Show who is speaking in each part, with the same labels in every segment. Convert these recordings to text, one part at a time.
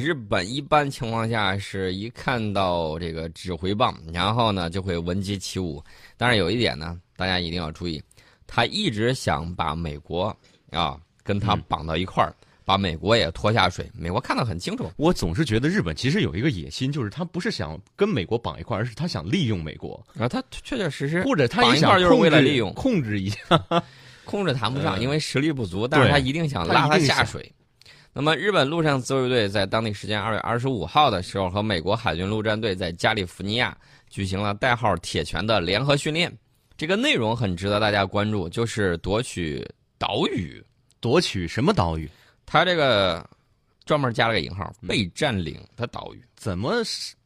Speaker 1: 日本一般情况下是一看到这个指挥棒，然后呢就会闻鸡起舞。但是有一点呢，大家一定要注意，他一直想把美国啊跟他绑到一块儿，把美国也拖下水。美国看得很清楚，
Speaker 2: 我总是觉得日本其实有一个野心，就是他不是想跟美国绑一块儿，而是他想利用美国，
Speaker 1: 啊，他确确实实
Speaker 2: 或者他
Speaker 1: 绑
Speaker 2: 也
Speaker 1: 一块
Speaker 2: 想
Speaker 1: 儿就是
Speaker 2: 控
Speaker 1: 为了
Speaker 2: 制
Speaker 1: 利用
Speaker 2: 控制一下。
Speaker 1: 控制谈不上，因为实力不足，但是嗯他一定想拉
Speaker 2: 他一定
Speaker 1: 下
Speaker 2: 想
Speaker 1: 水。那么，日本陆上自卫队在当地时间二月二十五号的时候，和美国海军陆战队在加利福尼亚举行了代号“铁拳”的联合训练。这个内容很值得大家关注，就是夺取岛屿。
Speaker 2: 夺取什么岛屿？
Speaker 1: 他这个专门加了个引号，被占领的岛屿。
Speaker 2: 怎么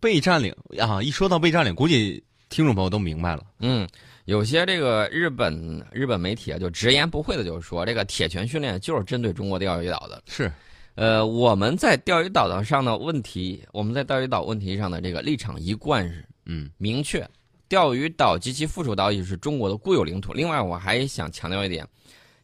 Speaker 2: 被占领啊？一说到被占领，估计听众朋友都明白了。
Speaker 1: 嗯，有些这个日本日本媒体啊，就直言不讳的就说，这个铁拳训练就是针对中国钓鱼岛的。
Speaker 2: 是，
Speaker 1: 呃，我们在钓鱼岛上的问题，我们在钓鱼岛问题上的这个立场一贯是
Speaker 2: 嗯，
Speaker 1: 明确，钓鱼岛及其附属岛屿是中国的固有领土。另外，我还想强调一点，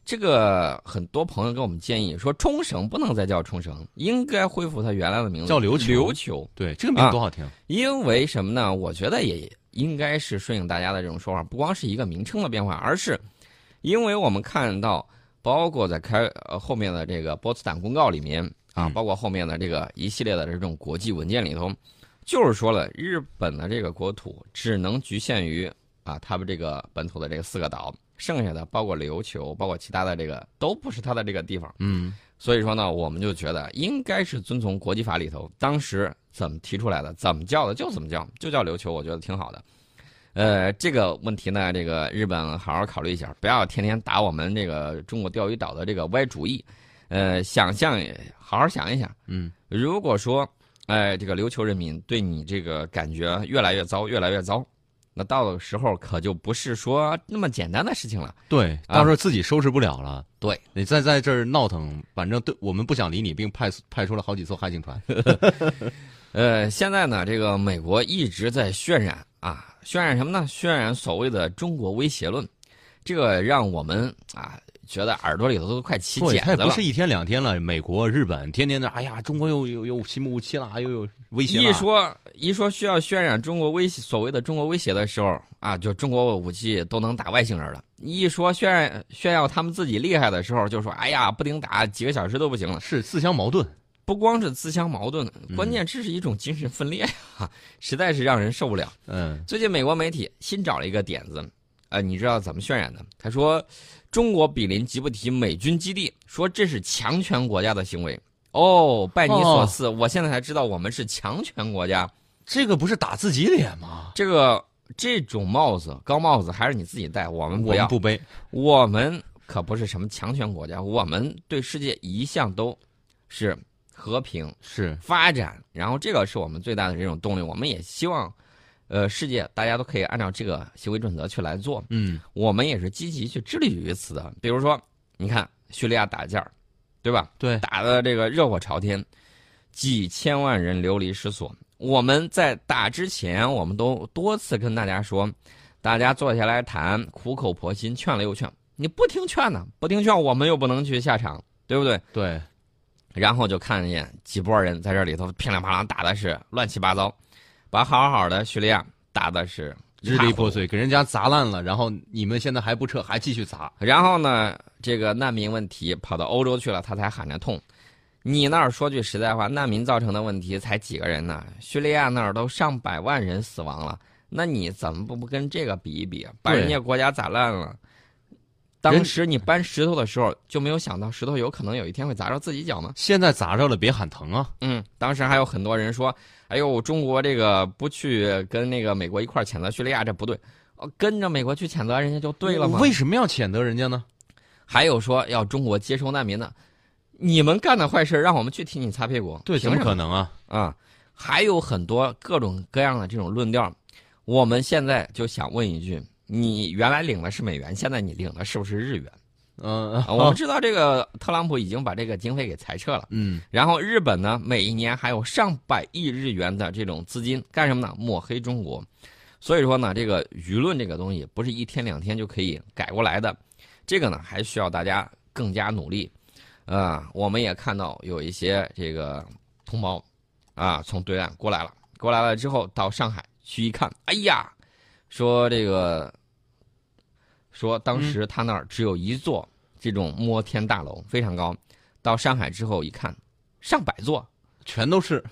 Speaker 1: 这个很多朋友给我们建议说，冲绳不能再叫冲绳，应该恢复它原来的名字，
Speaker 2: 叫琉球
Speaker 1: 琉球，
Speaker 2: 对，这个名
Speaker 1: 啊
Speaker 2: 字多好听。
Speaker 1: 因为什么呢？我觉得也应该是顺应大家的这种说法，不光是一个名称的变化，而是因为我们看到，包括在开呃后面的这个波茨坦公告里面啊，
Speaker 2: 嗯
Speaker 1: 包括后面的这个一系列的这种国际文件里头，就是说了日本的这个国土只能局限于啊他们这个本土的这个四个岛，剩下的包括琉球，包括其他的这个都不是它的这个地方。
Speaker 2: 嗯，
Speaker 1: 所以说呢，我们就觉得应该是遵从国际法里头当时怎么提出来的，怎么叫的就怎么叫，就叫琉球，我觉得挺好的。呃，这个问题呢，这个日本好好考虑一下，不要天天打我们这个中国钓鱼岛的这个歪主意。呃，想象，好好想一想，
Speaker 2: 嗯，
Speaker 1: 如果说，呃，这个琉球人民对你这个感觉越来越糟，越来越糟，那到的时候可就不是说那么简单的事情了。
Speaker 2: 对，
Speaker 1: 啊
Speaker 2: 到时候自己收拾不了了。
Speaker 1: 对，
Speaker 2: 你再在这儿闹腾，反正对我们不想理你，并派派出了好几艘海警 船。
Speaker 1: 呃，现在呢，这个美国一直在渲染啊，渲染什么呢？渲染所谓的中国威胁论，这个让我们啊觉得耳朵里头都快起
Speaker 2: 对，
Speaker 1: 茧
Speaker 2: 他也
Speaker 1: 子
Speaker 2: 不
Speaker 1: 了
Speaker 2: 是。一天两天了，美国、日本天天的，哎呀，中国又又又心不无欺了，又有威胁了。
Speaker 1: 一说一说需要渲染中国威胁，所谓的中国威胁的时候啊，就中国武器都能打外星人了。一说渲染炫耀他们自己厉害的时候，就说哎呀，不顶打几个小时都不行了。
Speaker 2: 是自相矛盾，
Speaker 1: 不光是自相矛盾，
Speaker 2: 嗯
Speaker 1: 关键这是一种精神分裂呀、实在是让人受不了。
Speaker 2: 嗯，
Speaker 1: 最近美国媒体新找了一个点子，呃，你知道怎么渲染的？他说，中国比邻吉布提美军基地，说这是强权国家的行为。哦，拜你所赐，我现在才知道我们是强权国家。
Speaker 2: 这个不是打自己脸吗？
Speaker 1: 这个这种帽子，高帽子还是你自己戴，我们
Speaker 2: 我
Speaker 1: 不要
Speaker 2: 们。不背，
Speaker 1: 我们可不是什么强权国家，我们对世界一向都是和平、
Speaker 2: 是
Speaker 1: 发展，然后这个是我们最大的这种动力。我们也希望，呃，世界大家都可以按照这个行为准则去来做。
Speaker 2: 嗯，
Speaker 1: 我们也是积极去致力于此的。比如说，你看叙利亚打架儿，对吧？
Speaker 2: 对，
Speaker 1: 打的这个热火朝天，几千万人流离失所。我们在打之前，我们都多次跟大家说，大家坐下来谈，苦口婆心劝了又劝，你不听劝呢，不听劝，我们又不能去下场，对不对？
Speaker 2: 对，
Speaker 1: 然后就看见几拨人在这里头噼里啪啦打的是乱七八糟，把好好的叙利亚打的是
Speaker 2: 支离破碎，给人家砸烂了，然后你们现在还不撤，还继续砸，
Speaker 1: 然后呢，这个难民问题跑到欧洲去了，他才喊着痛。你那儿说句实在话，难民造成的问题才几个人呢？叙利亚那儿都上百万人死亡了，那你怎么不不跟这个比一比？啊把
Speaker 2: 对
Speaker 1: 人家国家砸烂了。当时你搬石头的时候就没有想到石头有可能有一天会砸着自己脚吗？
Speaker 2: 现在砸着了别喊疼啊，
Speaker 1: 嗯，当时还有很多人说：“哎呦，中国这个不去跟那个美国一块儿谴责叙利亚，这不对。”哦，跟着美国去谴责人家就对了吗？
Speaker 2: 为什么要谴责人家呢？
Speaker 1: 还有说要中国接收难民的，你们干的坏事让我们去替你擦屁股，
Speaker 2: 对，
Speaker 1: 凭
Speaker 2: 怎
Speaker 1: 什
Speaker 2: 么可能啊？
Speaker 1: 啊、还有很多各种各样的这种论调。我们现在就想问一句：你原来领的是美元，现在你领的是不是日元？
Speaker 2: 嗯
Speaker 1: 啊，我们知道这个特朗普已经把这个经费给裁撤了，
Speaker 2: 嗯，
Speaker 1: 然后日本呢，每一年还有上百亿日元的这种资金干什么呢？抹黑中国。所以说呢，这个舆论这个东西不是一天两天就可以改过来的，这个呢还需要大家更加努力。呃，我们也看到有一些这个同胞啊，从对岸过来了，过来了之后到上海去一看，哎呀，说这个，说当时他那儿只有一座这种摩天大楼，非常高，到上海之后一看，上百座，
Speaker 2: 全都是，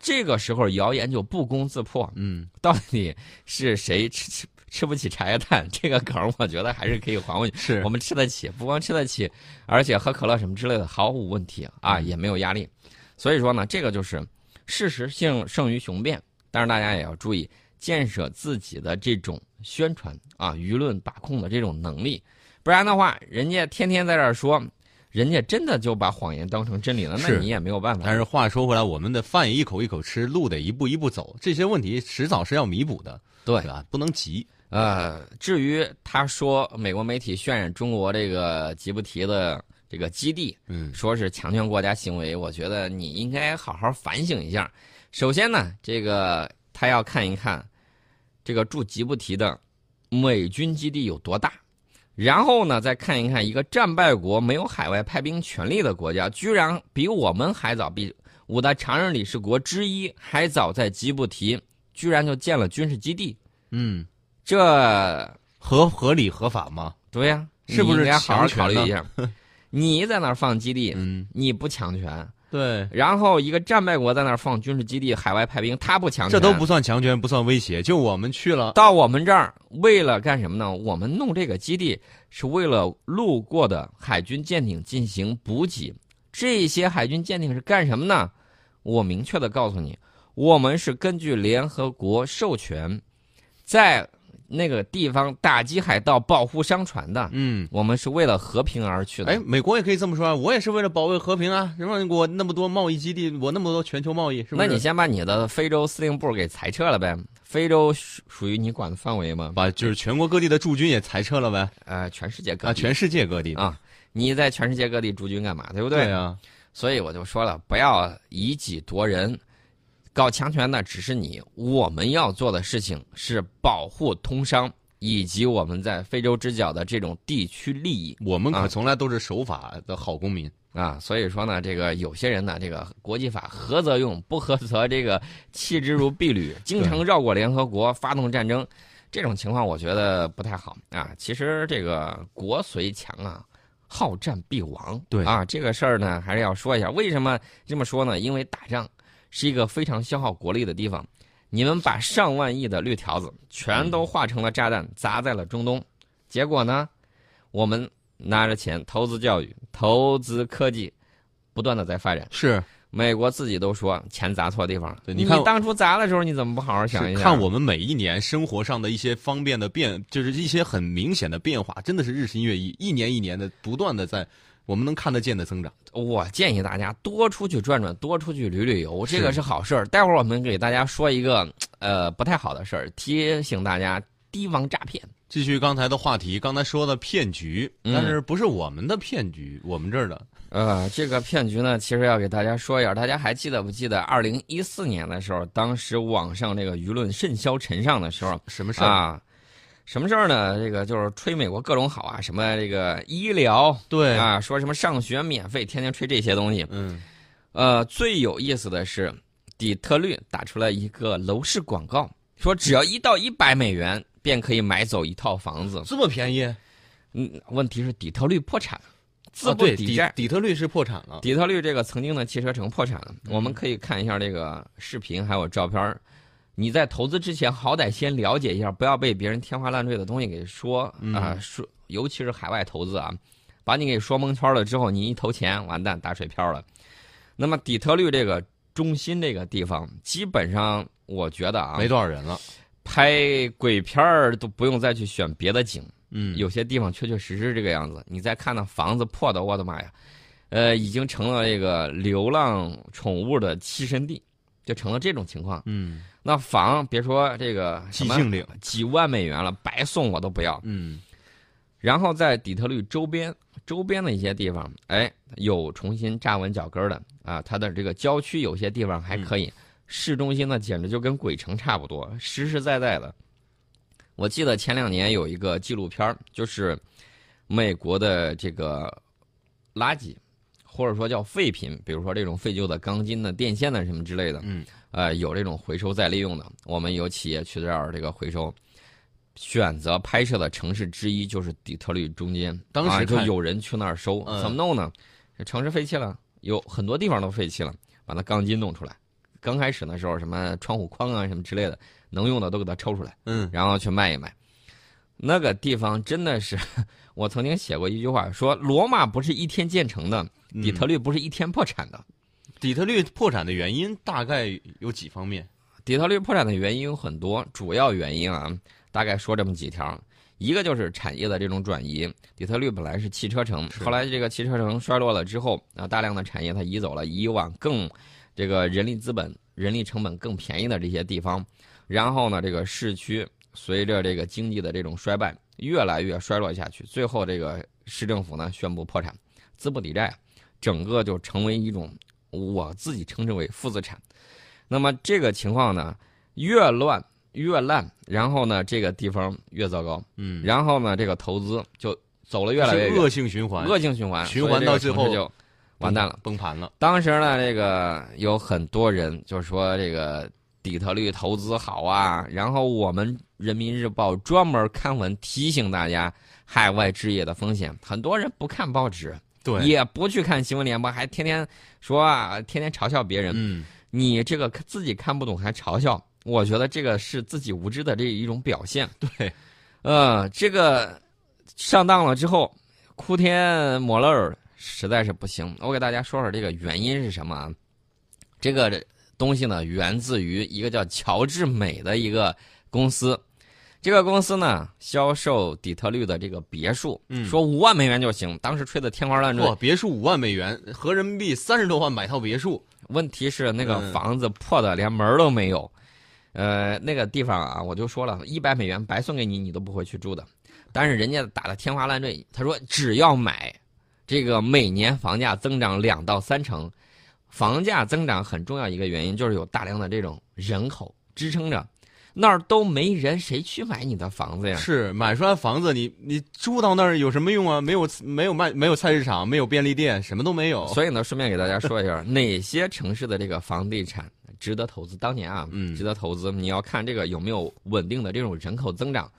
Speaker 1: 这个时候谣言就不攻自破，
Speaker 2: 嗯，
Speaker 1: 到底是谁吃吃吃不起茶叶蛋这个梗儿，我觉得还是可以还回去。
Speaker 2: 是
Speaker 1: 我们吃得起，不光吃得起，而且喝可乐什么之类的毫无问题
Speaker 2: 嗯
Speaker 1: 啊，也没有压力。所以说呢，这个就是事实性胜于雄辩，但是大家也要注意建设自己的这种宣传啊、舆论把控的这种能力，不然的话，人家天天在这儿说，人家真的就把谎言当成真理了，那
Speaker 2: 是
Speaker 1: 你也没有办法。
Speaker 2: 但是话说回来，我们的饭也一口一口吃，路得一步一步走，这些问题迟早是要弥补的，
Speaker 1: 对
Speaker 2: 对，吧？不能急，
Speaker 1: 呃，至于他说美国媒体渲染中国这个吉布提的这个基地，
Speaker 2: 嗯，
Speaker 1: 说是强权国家行为，我觉得你应该好好反省一下。首先呢，这个他要看一看这个驻吉布提的美军基地有多大，然后呢，再看一看一个战败国没有海外派兵权利的国家，居然比我们还早，比五大常任理事国之一还早在吉布提，居然就建了军事基地，
Speaker 2: 嗯，
Speaker 1: 这
Speaker 2: 合合理合法吗？
Speaker 1: 对呀、
Speaker 2: 是不是
Speaker 1: 你应该好好
Speaker 2: 强权
Speaker 1: 考虑
Speaker 2: 呢
Speaker 1: 一下？ 你在那儿放基地，
Speaker 2: 嗯，
Speaker 1: 你不强权，
Speaker 2: 对，
Speaker 1: 然后一个战败国在那儿放军事基地、海外派兵，他不强权，
Speaker 2: 这都不算强权，不算威胁，就我们去了，
Speaker 1: 到我们这儿，为了干什么呢？我们弄这个基地是为了路过的海军舰艇进行补给。这些海军舰艇是干什么呢？我明确的告诉你，我们是根据联合国授权，在那个地方打击海盗、保护商船的。
Speaker 2: 嗯。
Speaker 1: 我们是为了和平而去的。
Speaker 2: 哎，美国也可以这么说啊！我也是为了保卫和平啊！什么我那么多贸易基地，我那么多全球贸易，是不
Speaker 1: 那
Speaker 2: 是？
Speaker 1: 你先把你的非洲司令部给裁撤了呗？非洲属属于你管的范围吗？
Speaker 2: 把就是全国各地的驻军也裁撤了呗？
Speaker 1: 呃，全世界各
Speaker 2: 啊，
Speaker 1: 地
Speaker 2: 全世界各地的，
Speaker 1: 啊你在全世界各地驻军干嘛？对不
Speaker 2: 对啊，
Speaker 1: 所以我就说了，不要以己夺人，搞强权的只是你。我们要做的事情是保护通商以及我们在非洲之角的这种地区利益
Speaker 2: 我们
Speaker 1: 啊
Speaker 2: 可从来都是守法的好公民。
Speaker 1: 啊。所以说呢，这个有些人呢，这个国际法合则用，不合则这个弃之如敝履，经常绕过联合国发动战争，这种情况我觉得不太好啊。其实这个国虽强啊。好战必亡，
Speaker 2: 对
Speaker 1: 啊，这个事儿呢，还是要说一下。为什么这么说呢？因为打仗是一个非常消耗国力的地方。你们把上万亿的绿条子全都化成了炸弹，砸在了中东，结果呢，我们拿着钱投资教育、投资科技，不断的在发展。
Speaker 2: 是，
Speaker 1: 美国自己都说钱砸错地方了。
Speaker 2: 对你看我
Speaker 1: 当初砸的时候，你怎么不好好想一
Speaker 2: 是
Speaker 1: 想？
Speaker 2: 看我们每一年生活上的一些方便的变，就是一些很明显的变化，真的是日新月异，一年一年的不断的在我们能看得见的增长。
Speaker 1: 我建议大家多出去转转，多出去旅旅游，
Speaker 2: 是
Speaker 1: 这个是好事儿。待会儿我们给大家说一个呃不太好的事儿，提醒大家提防诈骗。
Speaker 2: 继续刚才的话题，刚才说的骗局，
Speaker 1: 嗯
Speaker 2: 但是不是我们的骗局，我们这儿的，
Speaker 1: 呃，这个骗局呢，其实要给大家说一下，大家还记得不记得？二零一四年的时候，当时网上这个舆论甚嚣尘上的时候
Speaker 2: 什么事儿？
Speaker 1: 啊，什么事儿呢？这个就是吹美国各种好啊，什么这个医疗
Speaker 2: 对，
Speaker 1: 啊，说什么上学免费，天天吹这些东西。
Speaker 2: 嗯，
Speaker 1: 呃，最有意思的是，底特律打出了一个楼市广告，说只要一到一百美元便可以买走一套房子。
Speaker 2: 这么便宜？
Speaker 1: 嗯，问题是底特律破产，资
Speaker 2: 啊，
Speaker 1: 不
Speaker 2: 对，
Speaker 1: 抵
Speaker 2: 底
Speaker 1: 债。
Speaker 2: 底特律是破产了，
Speaker 1: 底特律这个曾经的汽车城破产了，我
Speaker 2: 嗯
Speaker 1: 们可以看一下这个视频还有照片儿你在投资之前，好歹先了解一下，不要被别人天花乱坠的东西给说啊、
Speaker 2: 嗯
Speaker 1: 说尤其是海外投资啊，把你给说蒙圈了之后，你一投钱，完蛋，打水漂了。那么底特律这个中心这个地方，基本上我觉得啊，
Speaker 2: 没多少人了，
Speaker 1: 拍鬼片儿都不用再去选别的景，
Speaker 2: 嗯，
Speaker 1: 有些地方确确实实这个样子。你再看那房子破的，我的妈呀，呃，已经成了这个流浪宠物的栖身地，就成了这种情况。
Speaker 2: 嗯，
Speaker 1: 那房别说这个什
Speaker 2: 寂
Speaker 1: 么
Speaker 2: 静岭，
Speaker 1: 几万美元了，白送我都不要。
Speaker 2: 嗯，
Speaker 1: 然后在底特律周边周边的一些地方，哎，有重新站稳脚跟儿的啊，它的这个郊区有些地方还
Speaker 2: 嗯
Speaker 1: 可以，市中心呢简直就跟鬼城差不多，实实在在的。我记得前两年有一个纪录片儿就是美国的这个垃圾，或者说叫废品，比如说这种废旧的钢筋呢、电线呢啊什么之类的，
Speaker 2: 嗯，
Speaker 1: 呃，有这种回收再利用的，我们有企业去这儿这个回收。选择拍摄的城市之一就是底特律中间，
Speaker 2: 当时
Speaker 1: 啊就
Speaker 2: 看
Speaker 1: 有人去那儿收，
Speaker 2: 嗯
Speaker 1: 怎么弄呢？这城市废弃了，有很多地方都废弃了，把那钢筋弄出来。刚开始的时候，什么窗户框啊什么之类的，能用的都给它抽出来，
Speaker 2: 嗯，
Speaker 1: 然后去卖一卖。那个地方真的是， 我曾经写过一句话，说罗马不是一天建成的，
Speaker 2: 嗯
Speaker 1: 底特律不是一天破产的。
Speaker 2: 底特律破产的原因大概有几方面？
Speaker 1: 底特律破产的原因有很多，主要原因啊，大概说这么几条。一个就是产业的这种转移，底特律本来是汽车城，
Speaker 2: 是
Speaker 1: 后来这个汽车城衰落了之后，啊，大量的产业它移走了，以往更这个人力资本、人力成本更便宜的这些地方。然后呢，这个市区随着这个经济的这种衰败，越来越衰落下去，最后这个市政府呢宣布破产，资不抵债，整个就成为一种我自己称之为负资产。那么这个情况呢，越乱越烂，然后呢，这个地方越糟糕，
Speaker 2: 嗯，
Speaker 1: 然后呢，这个投资就走了越来越
Speaker 2: 是
Speaker 1: 远，
Speaker 2: 恶性循环，
Speaker 1: 恶性循环，
Speaker 2: 循环到最后嗯
Speaker 1: 所以这个城市就完蛋了。
Speaker 2: 崩盘了。
Speaker 1: 当时呢，这个有很多人就说这个底特律投资好啊，然后我们人民日报专门刊文提醒大家海外置业的风险，很多人不看报纸，
Speaker 2: 对，
Speaker 1: 也不去看新闻联播，还天天说啊，天天嘲笑别人。
Speaker 2: 嗯，
Speaker 1: 你这个看自己看不懂还嘲笑，我觉得这个是自己无知的这一种表现。
Speaker 2: 对，
Speaker 1: 呃，这个上当了之后，哭天抹泪儿实在是不行。我给大家说说这个原因是什么啊？这个东西呢，源自于一个叫乔治美的一个公司。这个公司呢，销售底特律的这个别墅，
Speaker 2: 嗯
Speaker 1: 说五万美元就行，当时吹得天花乱坠。
Speaker 2: 哇，别墅五万美元，合人民币三十多万买套别墅，
Speaker 1: 问题是那个
Speaker 2: 嗯
Speaker 1: 房子破的连门儿都没有，呃，那个地方啊，我就说了一百美元白送给你，你都不会去住的。但是人家打的天花乱坠，他说只要买，这个每年房价增长两到三成，房价增长很重要一个原因就是有大量的这种人口支撑着，那儿都没人，谁去买你的房子呀？
Speaker 2: 是买出来房子，你你住到那儿有什么用啊？没有没有卖没有菜市场，没有便利店，什么都没有。
Speaker 1: 所以呢，顺便给大家说一下 哪些城市的这个房地产值得投资。当年啊，
Speaker 2: 嗯
Speaker 1: 值得投资，你要看这个有没有稳定的这种人口增长，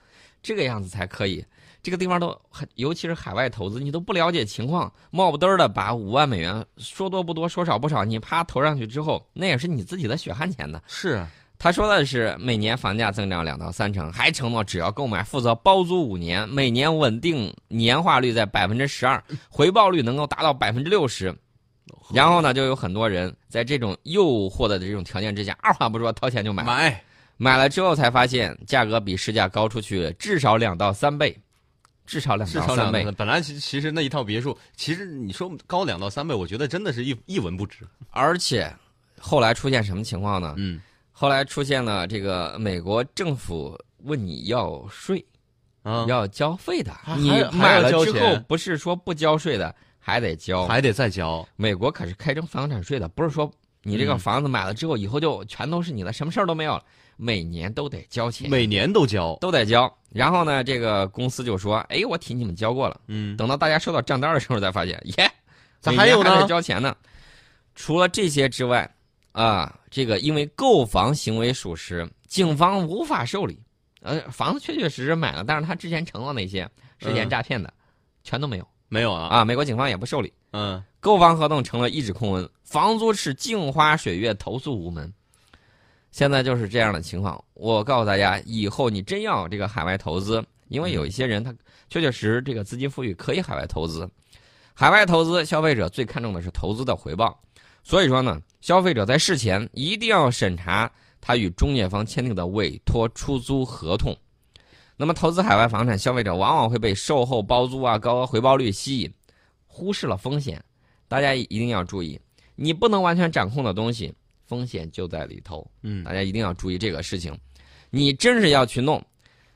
Speaker 1: 这个样子才可以。这个地方都很，尤其是海外投资，你都不了解情况，冒不嘚儿的把五万美元，说多不多，说少不少，你啪投上去之后，那也是你自己的血汗钱呢。
Speaker 2: 是
Speaker 1: 他说的是每年房价增长两到三成，还承诺只要购买，负责包租五年，每年稳定年化率在百分之十二，回报率能够达到百分之六十。然后呢，就有很多人在这种诱惑的这种条件之下，二话不说掏钱就买，买
Speaker 2: 买
Speaker 1: 了之后才发现价格比市价高出去至少两到三倍，至少两
Speaker 2: 至
Speaker 1: 到
Speaker 2: 少两
Speaker 1: 三倍
Speaker 2: 到。本来其其实那一套别墅，其实你说高两到三倍，我觉得真的是一一文不值。
Speaker 1: 而且后来出现什么情况呢？
Speaker 2: 嗯，
Speaker 1: 后来出现了这个美国政府问你要税。
Speaker 2: 啊，
Speaker 1: 要交费的
Speaker 2: 还，
Speaker 1: 你
Speaker 2: 啊还要
Speaker 1: 买了
Speaker 2: 交
Speaker 1: 之后
Speaker 2: 钱
Speaker 1: 不是说不交税的，还得交。
Speaker 2: 还得再交。
Speaker 1: 美国可是开征房产税的，不是说你这个
Speaker 2: 嗯
Speaker 1: 房子买了之后以后就全都是你的，什么事儿都没有了，每年都得交钱，
Speaker 2: 每年都交。
Speaker 1: 都得交。然后呢，这个公司就说：“哎，我替你们交过了。”
Speaker 2: 嗯，
Speaker 1: 等到大家收到账单的时候，才发现，耶，
Speaker 2: 咋
Speaker 1: 每
Speaker 2: 还
Speaker 1: 年
Speaker 2: 有
Speaker 1: 还
Speaker 2: 呢
Speaker 1: 得交钱呢。除了这些之外，啊，这个因为购房行为属实，警方无法受理。呃，房子确确实实买了，但是他之前承诺那些涉嫌
Speaker 2: 嗯
Speaker 1: 诈骗的，全都没有
Speaker 2: 没有啊？
Speaker 1: 啊。美国警方也不受理，
Speaker 2: 嗯，
Speaker 1: 购房合同成了一纸空文，房租是镜花水月，投诉无门。现在就是这样的情况。我告诉大家，以后你真要这个海外投资，因为有一些人他确确实实这个资金富裕，可以海外投资。海外投资，消费者最看重的是投资的回报，所以说呢，消费者在事前一定要审查他与中介方签订的委托出租合同。那么，投资海外房产，消费者往往会被售后包租啊、高额回报率吸引，忽视了风险。大家一定要注意，你不能完全掌控的东西，风险就在里头。
Speaker 2: 嗯
Speaker 1: 大家一定要注意这个事情。你真是要去弄，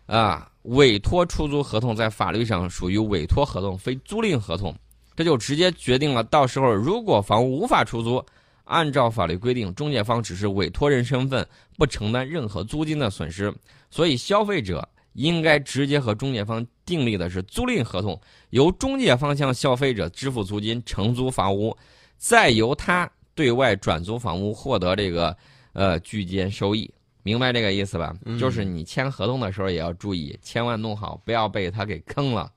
Speaker 1: 啊，委托出租合同在法律上属于委托合同，非租赁合同，这就直接决定了到时候如果房屋无法出租，按照法律规定，中介方只是委托人身份，不承担任何租金的损失。所以消费者应该直接和中介方订立的是租赁合同，由中介方向消费者支付租金承租房屋，再由他对外转租房屋获得这个呃居间收益。明白这个意思吧？就是你签合同的时候也要注意，千万弄好，不要被他给坑了。